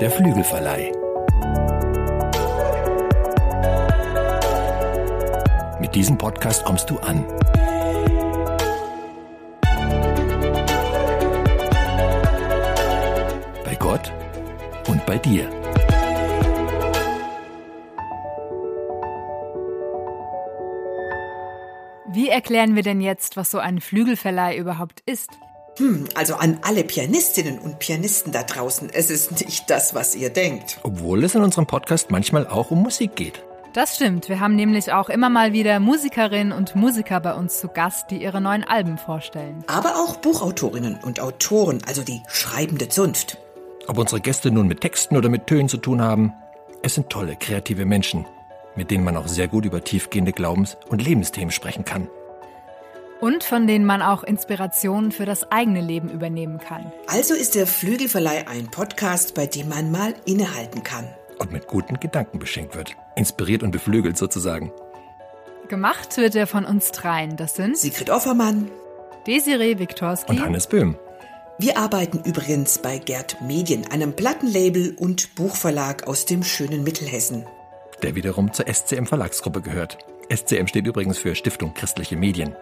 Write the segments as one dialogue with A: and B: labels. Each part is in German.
A: Der Flügelverleih. Mit diesem Podcast kommst du an. Bei Gott und bei dir.
B: Wie erklären wir denn jetzt, was so ein Flügelverleih überhaupt ist?
C: Hm, also an alle Pianistinnen und Pianisten da draußen, es ist nicht das, was ihr denkt.
A: Obwohl es in unserem Podcast manchmal auch um Musik geht.
B: Das stimmt, wir haben nämlich auch immer mal wieder Musikerinnen und Musiker bei uns zu Gast, die ihre neuen Alben vorstellen.
C: Aber auch Buchautorinnen und Autoren, also die schreibende Zunft.
A: Ob unsere Gäste nun mit Texten oder mit Tönen zu tun haben, es sind tolle, kreative Menschen, mit denen man auch sehr gut über tiefgehende Glaubens- und Lebensthemen sprechen kann.
B: Und von denen man auch Inspirationen für das eigene Leben übernehmen kann.
C: Also ist der Flügelverleih ein Podcast, bei dem man mal innehalten kann.
A: Und mit guten Gedanken beschenkt wird. Inspiriert und beflügelt sozusagen.
B: Gemacht wird er von uns dreien. Das sind
C: Sigrid Offermann.
B: Desiree Viktorski
A: Und Hannes Böhm.
C: Wir arbeiten übrigens bei Gerd Medien, einem Plattenlabel und Buchverlag aus dem schönen Mittelhessen.
A: der wiederum zur SCM Verlagsgruppe gehört. SCM steht übrigens für Stiftung Christliche Medien.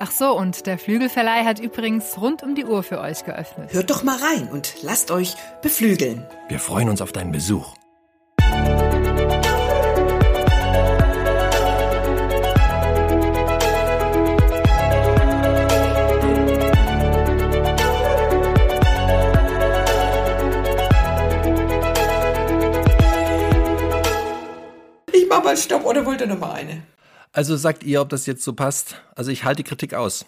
B: Ach so, und der Flügelverleih hat übrigens rund um die Uhr für euch geöffnet.
C: Hört doch mal rein und lasst euch beflügeln.
A: Wir freuen uns auf deinen Besuch.
C: Ich mach mal Stopp oder wollt ihr noch mal eine?
A: Also sagt ihr, ob das jetzt so passt? Also ich halte die Kritik aus.